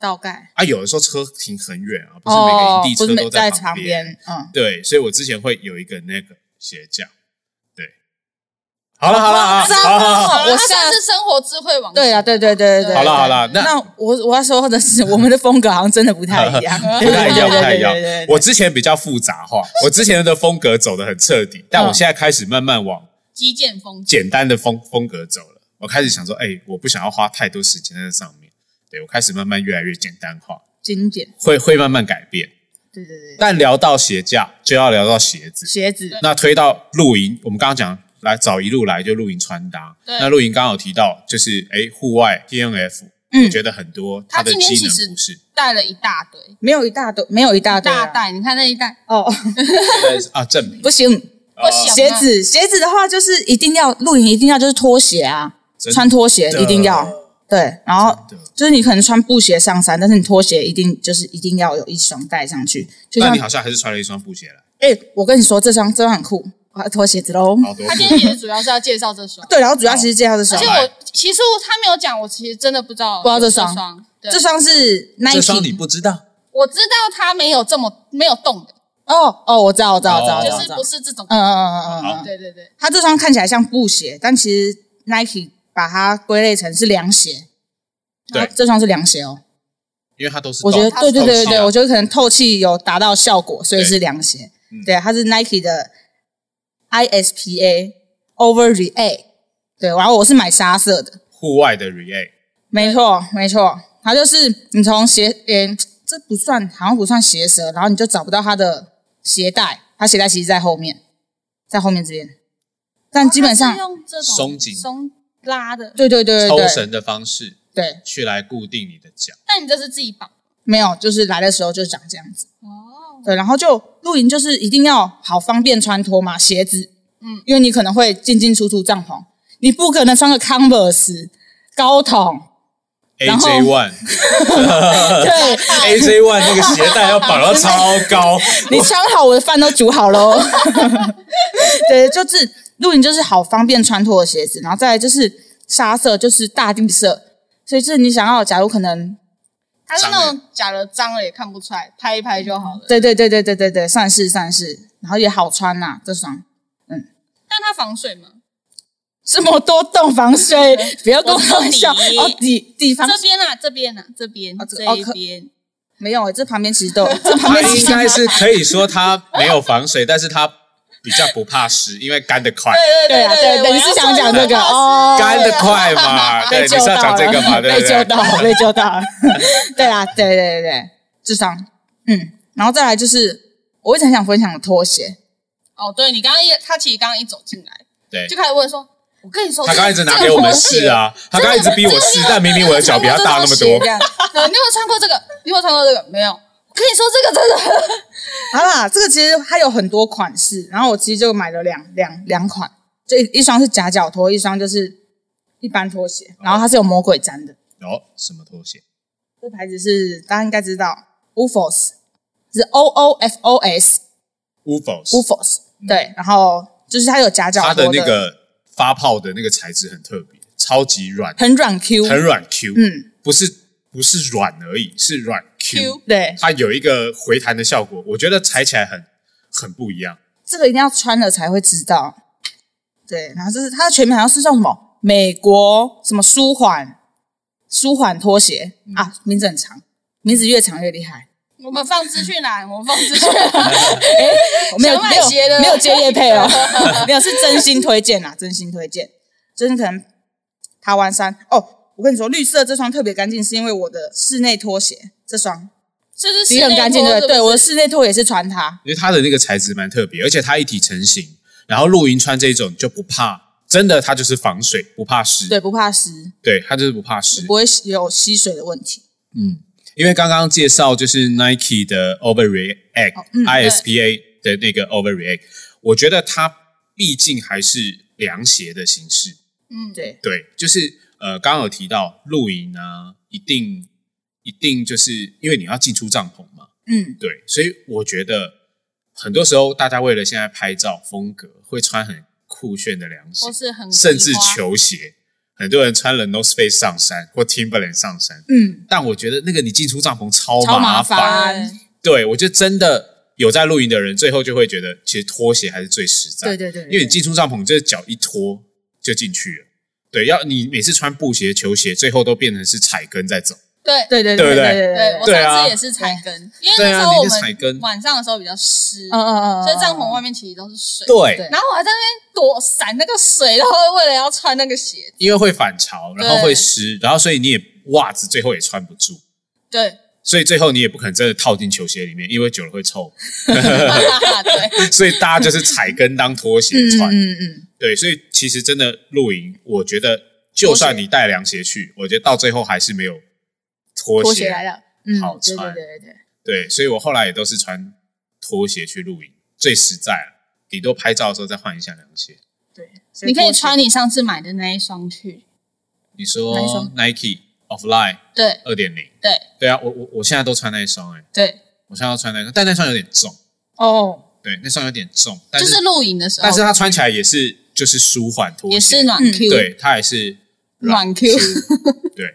倒盖，
啊，有的时候车停很远啊，不是每
哦
个，营地
不是
车
每
都
在
旁
旁
边。
边，嗯，
对，所以我之前会有一个那个鞋架。对，好了好了好了
夸张
好
哦
了好了
我
他
下
算是生活智慧王。
对啊，，对对对对对。
好了好了，那
那我我要说的是，我们的风格好像真的不太一样，
(laughs) 不太一样，不太一样
(laughs) 对对对对。对
我之前比较复
(laughs)
杂化，我之前的风格走得很彻底，但我
嗯
现在开始慢慢往
基建风景
简单的风风格走了。我开始想说，哎、我不想要花太多时间在上面。对我开始慢慢越来越简单化，
精简，
会会慢慢改变。
对对对，
但聊到鞋架，就要聊到鞋子。
鞋子
那推到露营，我们刚刚讲来找一路来就露营穿搭。
对
那露营刚刚有提到，就是哎，诶户外 TNF，、
嗯
我觉得很多它的
它今天其
机
实
能不是
带了一大堆，
没有一大堆，没有一大
一
堆
大
啊、
袋。你看那一袋，
哦， (laughs)
啊正品
不行，
啊
行
鞋子鞋子的话就是一定要露营，一定要就是拖鞋啊，
真的
穿拖鞋一定要对，然后
真的
就是你可能穿布鞋上山，但是你拖鞋一定就是一定要有一双带上去，就
那
像
你好像还是穿了一双布鞋来，
哎、我跟你说这双这双很酷，我要脱鞋子喽。
好多
他今天也主要是要介绍这双。
(laughs) 对，啊然后主要其实介绍这
而
双
且，我其实我他没有讲，我其实真的不知道，
不知道这双
双，双对
这双啊是 Nike，
这双你不知道，
我知道他没有这么没有动的，
哦哦，我知道，我知道，我知道，
哦
我
就
知道，我
是
知道
不是这种
嗯。嗯嗯嗯嗯嗯，
对对对，
它这双看起来像布鞋，但其实 Nike 把它归类成是凉鞋。
对
然后这双是凉鞋哦。
因为它都是
我觉得
洞
对对对
透
对
气
对，
啊
我觉得可能透气有达到效果，所以
对
是凉鞋
嗯。
对，它是 Nike 的 ISPA Over the A。对，然后我是买沙色的，
户外的 React。
没错没错，它就是你从鞋，诶、这不算，好像不算鞋舌，然后你就找不到它的鞋带，它鞋带其实在后面，在后面这边，但基本
它
上
是用这种
松紧
松拉的，
对对对对
抽
对
绳的方式
对，
去来固定你的脚。
但你这是自己绑
没有，就是来的时候就长这样子。
哦。
对，然后就露营就是一定要好方便穿脱嘛，鞋子，
嗯
嗯，因为你可能会进进出出帐篷，你不可能穿个 Converse 高筒，然后
AJ One，AJ (laughs)
(laughs) 对
One 那个鞋带要绑到超
(laughs)
高，
你穿好，我的饭都煮好喽。对，就是露营就是好方便穿脱的鞋子，然后再来就是沙色，就是大地色，所以就是你想要，假如可能，
它是那种假的脏了也看不出来，拍一拍就好了。
对对对对对对对，算是算是，然后也好穿呐、这双。
但它防水吗？
这么多洞防水，不要跟
我
我开
说
玩笑
你
哦。底底防
这边啊，这边啊，这边
哦这
这
哦
一
可
边，
没有，这旁边其实都有，这
它
旁边其
应
实
该是可以说它没有防水，但是它比较不怕湿，因为干得快，
对
对啊对对，
我
你
要
是想
说
讲这个
我要说
哦？
干得快嘛，对，
(laughs) 被
你
救
是
到
要讲这个
(laughs)
嘛，
了，
对不
被救
对？
到了，被
(laughs)
救到了。对啦，对对对对，智商，嗯，然后再来就是，我一直很想分享的拖鞋，
哦，对你刚刚一他其实刚刚一走进来
对
就，开始问说，我跟你说，
他刚刚一
这
直
个
拿给我们试
这个
(laughs)
啊，他刚刚一直逼我试，但明明我的脚比他大那么
这双
多
鞋这，样对你有没有穿过这个？你有没有穿过这个？没有。我跟你说，这个真的
好啦，这个其实它有很多款式，然后我其实就买了两两两款，就一一双是夹脚拖，一双就是一般拖鞋，然后它是有魔鬼粘的，
哦，什么拖鞋？
这牌子是大家应该知道，UFOS，是 O O F O S
u f o s
UFOS，对，然后就是它有夹脚
嗯它
拖
的那个发泡的那个材质很特别，超级软，
很软 Q，
很软 Q，
嗯，
不是不是软而已，是软 Q，
Q
对，
它有一个回弹的效果，我觉得踩起来很很不一样。
这个一定要穿了才会知道。对，然后这是它的全名好像是叫什么美国什么舒缓舒缓拖鞋、
嗯
啊，名字很长，名字越长越厉害。
我们放资讯栏，我们放资讯栏。
我没有
想买
没有
鞋的
没有接叶配哦， (laughs) 没有是真心推荐啦，真心推荐，就是可能爬完山哦。我跟你说，绿色这双特别干净，是因为我的室内拖鞋这双
这是室
也
内
很干净
拖
的，
是不
对，
是
我的室内拖也是穿它，
因为它的那个材质蛮特别，而且它一体成型，然后露营穿这种就不怕，真的它就是防水，不怕湿，
对，不怕湿，
对，它就是不怕湿
不。会有吸水的问题。
嗯，因为刚刚介绍就是 Nike 的 Overreact、
哦嗯
ISPA 的那个 Overreact，我觉得它毕竟还是凉鞋的形式。
嗯，
对，
对，就是呃，刚刚有提到露营啊，一定一定就是因为你要进出帐篷嘛，
嗯，
对，所以我觉得很多时候大家为了现在拍照风格，会穿很酷炫的凉鞋
或，是很
甚至
嗯
奇葩
球鞋。很多人穿了 North Face 上山或 Timberland 上山，
嗯，
但我觉得那个你进出帐篷超
超麻
烦。
烦
对
对我觉得真的有在露营的人，最后就会觉得其实拖鞋还是最实在。
对对对，对
因为你进出帐篷，这脚一拖就进去了。对，要你每次穿布鞋、球鞋，最后都变成是踩跟在走。
对
对对
对不
对
对
对
对，我
对啊
上次也是踩跟，因为那
对啊
时候我
你是踩跟
们晚上的时候比较湿，
嗯嗯嗯嗯，
所以帐篷外面其实都是水。
对，
对
然后我还在那边躲闪那个水，然后为了要穿那个鞋。
因为会反潮，然后
对
会湿，然后所以你也袜子最后也穿不住，
(laughs) 对，
所以最后你也不可能真的套进球鞋里面，因为久了会臭。
对，
(laughs) 所以大家就是踩跟当拖鞋
嗯
穿。
嗯嗯，
对，所以其实真的露营，我觉得就算你带凉鞋去，我觉得到最后还是没有拖
拖鞋来了，嗯，
好
对对
穿
对对对，
对，所以我后来也都是穿拖鞋去露营，最实在了。顶多拍照的时候再换一下凉鞋。
对，所
你可以
拖鞋
穿你上次买的那一双去。
你
哪一
说
双
Nike Offline
对
二点零？
对
对啊，我我我现在都穿那一双哎、
对，
我现在都穿那一双，但那双有点重，
哦，
对，那双有点重，但、
就是是露营的时候，
但是它穿起来也是就是舒缓拖鞋，
也是暖
嗯
Q，
对，它也是
暖 Q，
对。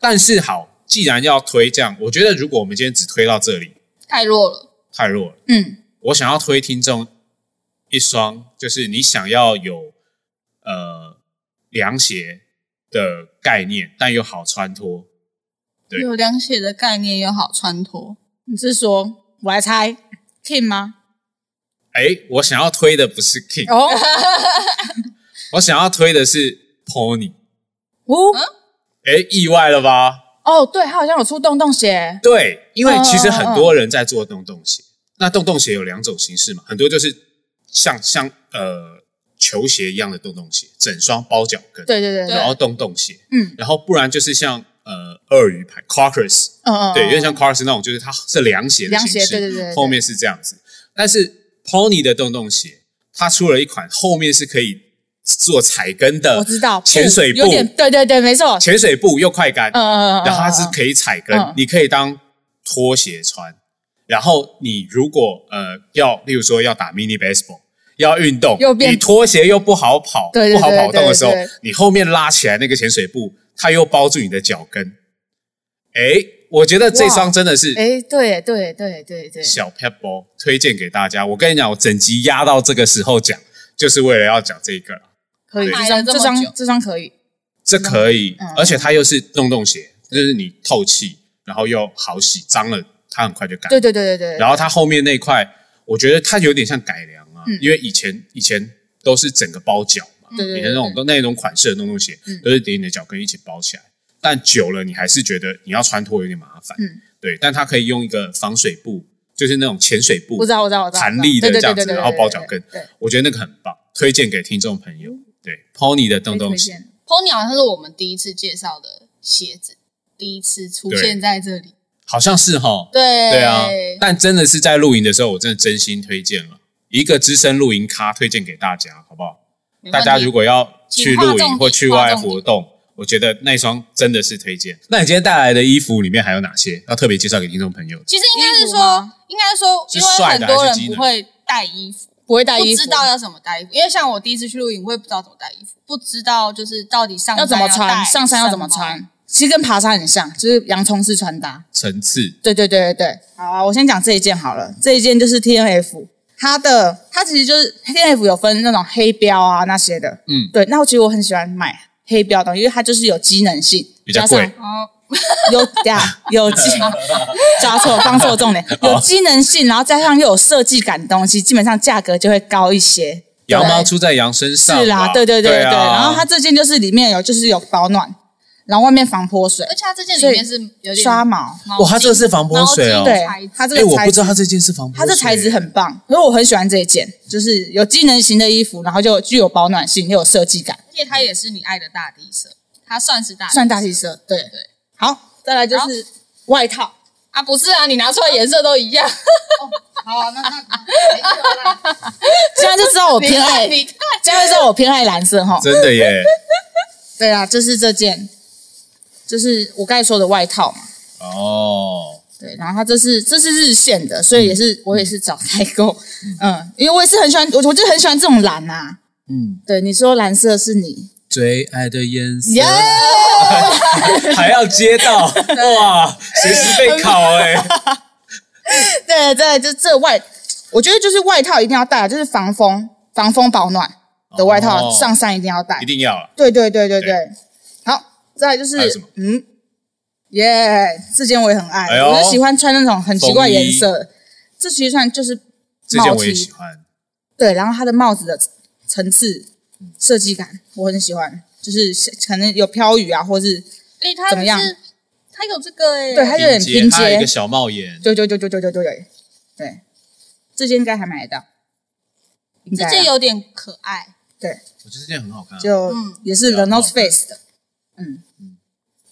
但是好，既然要推这样，我觉得如果我们今天只推到这里，
太弱了。
太弱了。
嗯，
我想要推听众一双，就是你想要有呃凉鞋的概念，但又好穿脱。对
有凉鞋的概念又好穿脱，
你是说我来猜 King 吗？
哎，我想要推的不是 King，、
哦
哦
(laughs) 我想要推的是 Pony。
哦
哎，意外了吧？
哦，对，他好像有出洞洞鞋，
对，因
哦
为其实很多人在做洞洞鞋。那洞洞鞋有两种形式嘛，很多就是像像呃球鞋一样的洞洞鞋，整双包脚跟，
对对对
然
对，
后洞洞鞋，
嗯
然后不然就是像呃鳄鱼牌 Carcass，
嗯嗯，
对，有点像 Carcass 那种，就是它是凉鞋的
凉
形
鞋，
式，
对对对，对
后面是这样子。但是 Pony 的洞洞鞋，它出了一款后面是可以做踩跟
我
的
知道
潜水
布有点，
布，
对对对，没错，
潜水布又快干，
嗯嗯嗯，
然后它是
嗯
可以踩跟
嗯，
你可以当拖鞋穿。然后你如果呃要，例如说要打 mini baseball，要运动
又，变
你拖鞋又不好跑，
对对
不好
对
跑动的时候
对对，
你后面拉起来那个潜水布，它又包住你的脚跟。哎，我觉得这
哇
双真的是
哎，对对对对对，
小 p e b b l 推荐给大家。我跟你讲，我整集压到这个时候讲，就是为了要讲这个，
可以，
买
这
了
双
这
这
么久
双这双可以，
这可以
嗯，
而且它又是洞洞鞋，就是你透气，然后又好洗，脏了它很快就干。
对对对对对，
然后它后面那块，我觉得它有点像改良啊，
嗯
因为以前以前都是整个包脚嘛，
对对
以
对
前那种那种款式的洞洞鞋
嗯
都是连你的脚跟一起包起来，但久了你还是觉得你要穿脱有点麻烦。
嗯
对，但它可以用一个防水布，就是那种潜水布，
我知道我知道我知道，
弹力的
对对
这样
对
子
对对
然后
对
包
对
脚跟
对，嗯
我觉得那个很棒，推荐给听众朋友。对，Pony 的洞
可
洞
以推
鞋，
荐。
pony 好像是我们第一次介绍的鞋子，第一次出现在这里。
好像是哈，
对
对啊，但真的是在露营的时候，我真的真心推荐了一个资深露营咖，推荐给大家，好不好？
没问
大
题
家如果要去
请
露
划重
营
点
或去外
划重点
活动，我觉得那双真的是推荐。那你今天带来的衣服里面还有哪些要特别介绍给听众朋友？
其实应该是
衣服吗
说，应该说，
是
因为
帅的
很多
还是机
人
能
不会带衣服，
不会带
不
衣服，
知道要怎么带衣服。因为像我第一次去露营，我也不知道怎么带衣服，不知道就是到底上
要怎么
山带
穿，上山要怎么
什么。
穿，其实跟爬山很像，就是洋葱式穿搭。
层次
对对对对对，好啊，我先讲这一件好了，这一件就是 T N F，它的它其实就是 T N F 有分那种黑标啊那些的，
嗯
对，那我其实我很喜欢买黑标的东西，因为它就是有机能性，
比较
加上
贵，
哦，
有呀，有机，抓错，放错重点，有机能性，然后加上又有设计感的东西，基本上价格就会高一些。
羊毛出在羊身上吧，
是啦，对对对
对
对。
啊
然后它这件就是里面有就是有保暖，然后外面防泼水
而，且它这件里
所以
面是有点
刷毛。
毛
哇它这个是防泼水哦
毛巾
对
材质，
它这
哎，
个
我
材
不知
质，
道它这件是防泼
它这材质
水
很棒，所以我很喜欢这一件，就是有机能型的衣服，然后就具有保暖性，又有设计感，
而且它也是你爱的大地色，它算是大地
算大地色。对
对。
好，再来就是外套。
啊，不是啊，你拿出来颜色都一样，
好、啊，那 (laughs) 那 (laughs) 现在就知道我
你
偏爱
看，你看，
现在就知道我偏爱蓝色哈。
真的
(laughs)
耶。
对啊，就是这件，就是我刚才说的外套嘛。
哦，
对，然后它这是这是日线的，所以也是、我也是找代购，嗯，因为我也是很喜欢，我我就很喜欢这种蓝啊。
嗯，
对，你说蓝色是你，
最爱的颜色
耶、
还要接
(laughs)
到哇，随时被烤哎、
对对，就这外，我觉得就是外套一定要带，就是防风、防风保暖 (laughs) 的外套，
哦
上山一定要带
一。定要啊
对对对对对，
对
好，再来就是
还有什么
嗯，耶、这件我也很爱，
哎呦
我就喜欢穿那种很奇怪
风衣
颜色的，这其实算就是
这
帽
件我也喜
体，
欢。
对，然后它的帽子的层次设计感我很喜欢，就是可能有飘雨啊，或是
哎，它
怎么样
是？它有这个哎，
对它有点
拼
拼
它有一
接
个小帽檐，
对对对对对对对对，对，这件应该还买得到，应该
这
啊、
件有点可爱，
对，
我觉得这件很好看啊、
就、
嗯
也是
比较
The
好
North Face 的，嗯，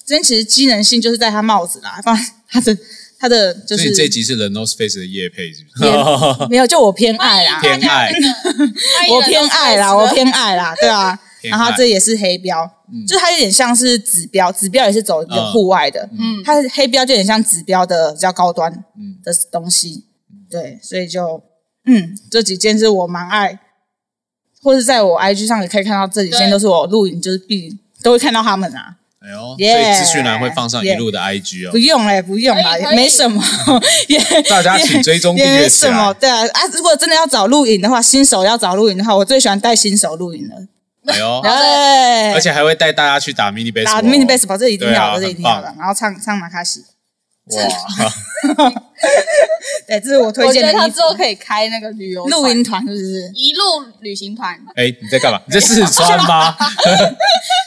这件其实机能性就是在它帽子啦，放它的它的就
所以
是
你这一集是 The North Face 的夜配是不
(laughs)
是？
也没有，就我偏爱啦，
偏爱
(laughs) 我偏爱啦，我偏爱啦，对啊。
偏爱嗯
然后这也是黑标，就它有点像是指标，指标也是走有户外的，
嗯
它的黑标就有点像指标的比较高端
嗯
的东西，对，所以就嗯，这几件是我蛮爱，或者在我 IG 上也可以看到这几件
对
都是我录影就是必都会看到他们啊，
(laughs) 哎呦，
耶
所以资讯栏会放上一路的 IG
不
哦，
用嘞，不用啦，
可以
也
可以
没
(laughs)
什么，也
大家请追踪
也
订
没
阅起
(laughs) 什么，
来。
对啊啊，如果真的要找录影的话，新手要找录影的话，我最喜欢带新手录影了，哎
哎呦，
(laughs) 对，
而且还会带大家去打 mini baseball，哦
打 mini baseball 这一定要的，
对啊
这一定要
很
的，然后唱唱马卡西，
哇，啊
对，这是我推
我觉
荐
得
的
他
衣服
之后可以开那个旅游
露营
团
团是不是？
一路旅行团，
哎，你在干嘛？你在试穿
(laughs)
吗？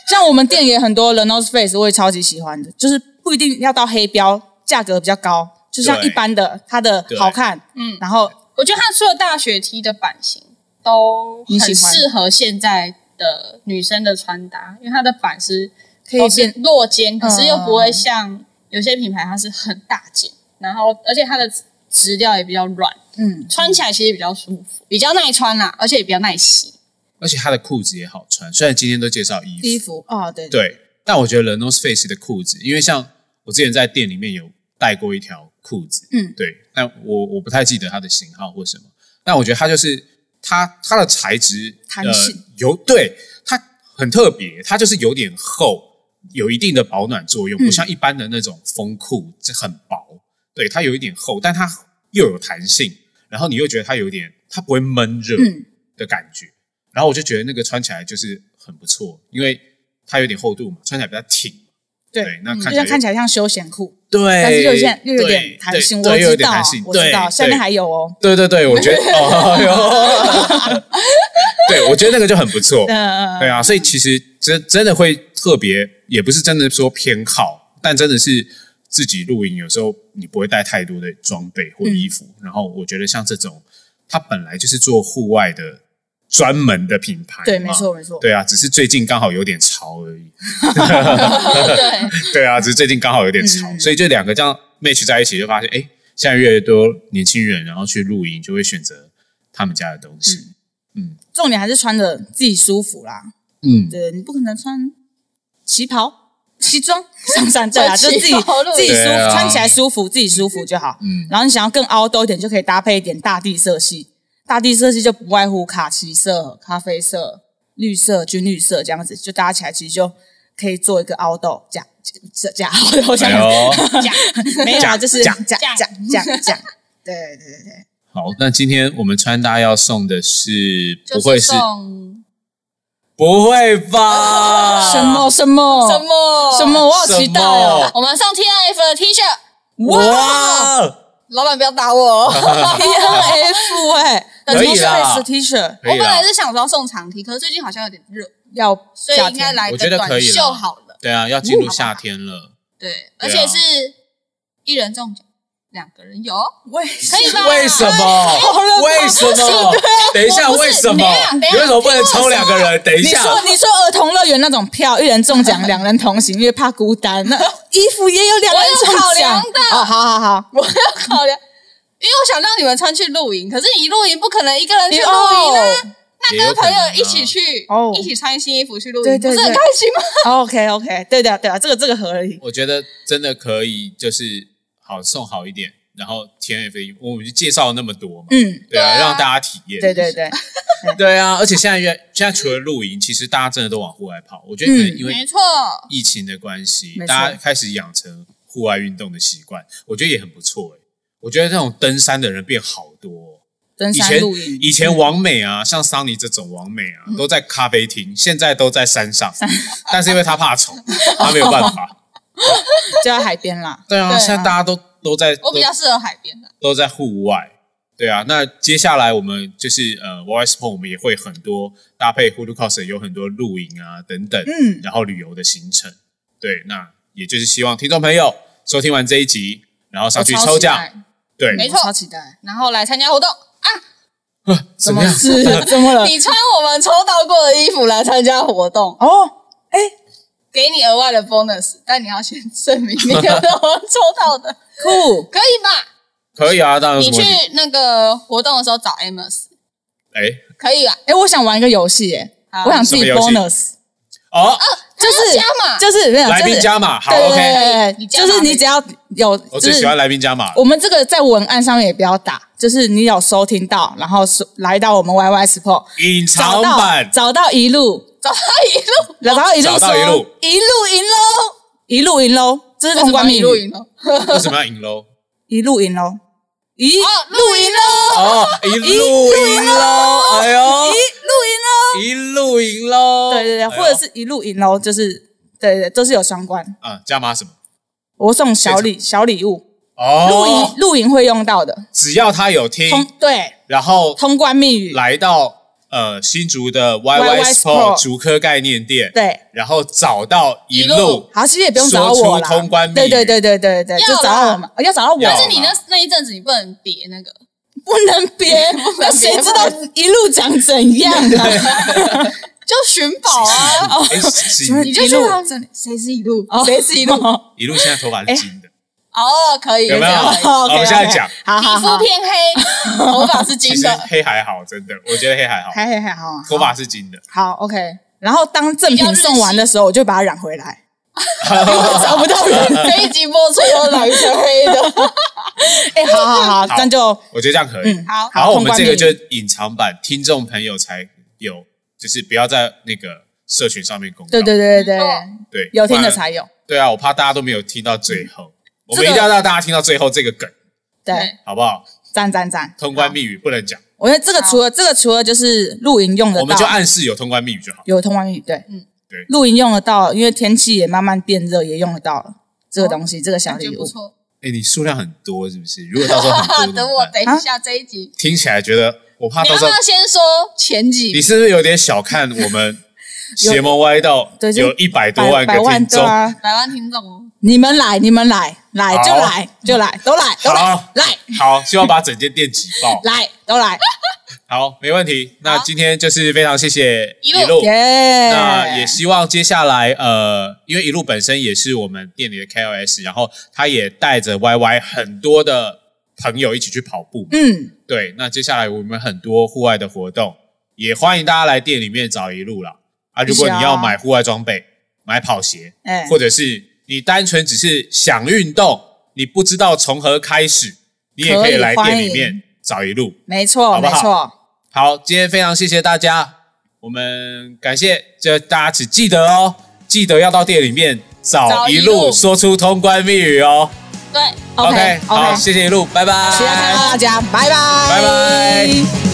像我们店也很多 The North Face，我也超级喜欢的，就是不一定要到黑标，价格比较高，就像
对
一般的它的
对
好看，
嗯，
然后
我觉得他所有大雪 T 的版型都
你
很
喜欢
适合现在的女生的穿搭，因为它的版是
可以变
落肩，可是又不会
嗯
像有些品牌它是很大件，然后而且它的质料也比较软，
嗯，
穿起来其实比较舒服，比较耐穿啦、而且也比较耐洗。 (laughs)
而且它的裤子也好穿。虽然今天都介绍衣服，
衣服啊，对，
对，但我觉得 North Face 的裤子，因为像我之前在店里面有带过一条裤子，
嗯，
对，但我我不太记得它的型号或什么，但我觉得它就是它它的材质
弹性
呃、有对它很特别，它就是有点厚，有一定的保暖作用，
嗯
不像一般的那种风裤这很薄，对，它有一点厚，但它又有弹性，然后你又觉得它有点它不会闷热，
嗯，
的感觉。然后我就觉得那个穿起来就是很不错，因为它有点厚度嘛，穿起来比较挺。
对嗯
那看
就
起来
像看起来像休闲裤，
对，
但是又有点又
哎
有
对
点弹性，
对
我
对又有
知
点
道
弹性，，
我知道，
对
下面
对
还有哦，
对对对，我觉得哦哟，
(laughs)
对我觉得那个就很不错。
嗯
对，啊，所以其实真真的会特别，也不是真的说偏好，但真的是自己露营，有时候你不会带太多的装备或
嗯
衣服。然后我觉得像这种，它本来就是做户外的专门的品牌，
对，没。错没错，
对啊，只是最近刚好有点潮而已。
对，
对啊，只是最近刚好有点潮，
嗯
所以这两个这样 match 在一起，就发现哎，诶现在越来越多年轻人然后去露营，就会选择他们家的东西。
重点还是穿着自己舒服啦，
嗯，
对你不可能穿旗袍、西装上山，对啊，就自己
旗袍露
自己舒
对
服，
啊
穿起来舒服，自己舒服就好。
嗯
然后你想要更凹兜一点，就可以搭配一点大地色系，大地色系就不外乎卡其色、咖啡色、绿色、军绿色这样子，就搭起来其实就可以做一个凹豆假假假凹豆这
哎
样
呦，
(laughs) 假
(laughs)
(laughs) 子，没有啊，
假
就是
假
假假
假
假假假， (laughs) 对对对对，
好，那今天我们穿搭要送的是，
就
不会是
送
不会吧？
哦
什么哦什么
什么
什么，我好期待哦！
我们送 T N F 的 T 恤，
哇
哇，
老板不要打
(laughs)
我哦。 (laughs)
，T F 哎，
可以啦
T 恤。
可
我
以
本
啦
来，是想说要送长 T，可是最近好像有点热，
要
所以
夏
应该
天
来
我觉
个
得可
短
以啦
袖嗯好了。
对啊，要进入夏天了，
对，
对啊
而且是一人中奖，两个人有，
为
可以吧？哎
为什么？为什么？等一下，
啊我不是
为什么
等一下等一？下
为什么不能抽两个人？等一
你
下，
说你说儿童乐园那种票，一人中奖，两人同行，因为怕孤单。那 (laughs) 衣服也有两人中
我有考
奖
量
哦，好好好，
我要考量，因为我想让你们穿去露营，可是你露营不可能一个人去
你
露营啊，
哦
那跟朋
啊
友一起去，
哎哦
一起穿新衣服去露
对
营，
对
不是很
对
开心吗？
，OK OK，对的对的，这个这个合理。
我觉得真的可以，就是好送好一点，然后 T N F 我们就介绍了那么多嘛，
嗯，
对
对
啊，
啊
让大家体验，
对对对，
对啊，而且现在越现在除了露营，其实大家真的都往户外跑，我觉得可能因为
嗯没错，
疫情的关系，
没错
大家开始养成户外运动的习惯，我觉得也很不错哎、我觉得那种登山的人变好多哦、
登
以
山
前
露营，
以前王美啊，像桑尼这种王美啊，都在咖啡厅，现在都在山上，但是因为他怕虫，他没有办法。
就在海边啦。
对啊，
对啊
现在大家都都在
我比较适合海边啊的，
都在户外。对啊，那接下来我们就是呃，Voice p o 我们也会很多搭配 Hulu Cos 有很多露营啊等等，
嗯
然后旅游的行程。对，那也就是希望听众朋友收听完这一集，然后上去
我超
抽
期待
奖。对，
没错
我哦超期待。
然后来参加活动啊！
(laughs) 怎
什
么
么
样？
事？怎么 (laughs) 了？
你穿我们抽到过的衣服来参加活动，
哦，哎，
给你额外的 bonus，但你要先证明你有没有抽到
(laughs)
的，
酷，
可以吧？
可以啊，当然有
你
什么
去
问题？
那个活动的时候找 Amos，
哎，
可以吧？
哎，我想玩一个游戏，哎，
好
我想自己
什么游戏
bonus，
哦，
就是
加码
就是没有
来
就
宾
是
加码，好
对对
，OK。
对
你
对，
加
就是
码
你只要有，
我
就
最
是
喜欢来宾加码了，
我们这个在文案上面也不要打，就是你有收听到，然后是来到我们 YY Sport，
隐
找
藏
到
版
找到一路，
找到一路，
找到一路
找到
说
一路
一路赢喽，一路赢喽，这是通关
迷
密
露
语，
营哦，
(laughs) 为什么要引
(laughs)
喽？
一路赢喽，一
哦，露营喽，
哦，一路赢喽！哎呦，
一
一路赢哎喽！
路赢喽，对对对，或者是一路赢喽，就是对对对，都是有相关。
啊，加码什么？
我送小礼小礼物，露
哦
营，露营会用到的，
只要他有听，
通对
然后
通关密语，
来到呃新竹的
YY
YY Sport
Sport
竹科概念店，
对。
然后找到一
一
路
路，
好，其实也不用找
说出
我啦，
通关密语
对对对对对对，
要啊
就找
啦
到我们，哦要找到我，
要
但是你那那一阵子你不能别那个，
(laughs)
不能别，那谁知道一路讲怎样啊？
就寻宝啊！ (laughs)
哦
(laughs) 哎，十一路
一
你就去
路
他这里，谁是一路，
哦
谁是一路？
一路现在头发
哎
是金的，
哦，可以，
有没有？
这
(laughs)
样可以
好，我
OK，OK
们现在讲，
好
皮
好
肤
好，
偏
(laughs)
黑，头发是
其
金
实
的，
黑还好，真的，我觉得黑还好，
还还还好啊，
头发是金的，
好 OK。然后当赠品送完的时候，我就把它染回来，找不
(laughs)
到人。
这一集播出有哪一个黑的？
哎，好好好，
好
那就
(laughs) 我觉得这样可以。
嗯
好，
然后我们这个就
通
隐藏版，听众朋友才有，就是不要在那个社群上面公告。
对对对对对，
哦
对，
有听
不
的
然
才嗯有。
对啊，我怕大家都没有听到最后，我们
这
一
个
定要让大家听到最后这个梗，
对，
好不好？
赞赞赞！
通关密语不能讲，
我觉得这个
好
除了这个除了就是露营用得到，
我们就暗示有通关密语就好。
有通关语，对，
嗯
对
露营用得到，因为天气也慢慢变热，也用得到了这个东西，这个小
感觉
礼
不
物。
错。
哎，你数量很多是不是？如果到时候很
(laughs)
多，
等我
怎么办
等一下这一集，
听起来觉得，我怕
你
到
要
时
不
候
要先说前几
你？是不是有点小看我们邪魔歪道
对就
有
是
一百多
百
万个
百万
听
对
众？
啊，
百万听众哦，
你们来，你们来，来
好
就来就来，都来都来
好，
来。
好，希望把整间店挤爆
来都来，
好，没问题。那
好
今天就是非常谢谢
一路
一路，
耶！
那也希望接下来，呃，因为一路本身也是我们店里的 KOS，然后他也带着 YY 很多的朋友一起去跑步。
嗯，
对，那接下来我们很多户外的活动，也欢迎大家来店里面找一路啦。啊，如果
是啊
你要买户外装备、买跑鞋，
哎
或者是你单纯只是想运动，你不知道从何开始，你也可
可以
以来店
欢
里
迎
面找一路。
没错
好不
没
好
错，
好，今天非常谢谢大家，我们感谢，这大家只记得哦，记得要到店里面找
找
一
一
路
路
说出通关密语哦。
对。
好，
OK，
谢谢一路，拜拜，
谢谢大家，拜拜，
拜拜。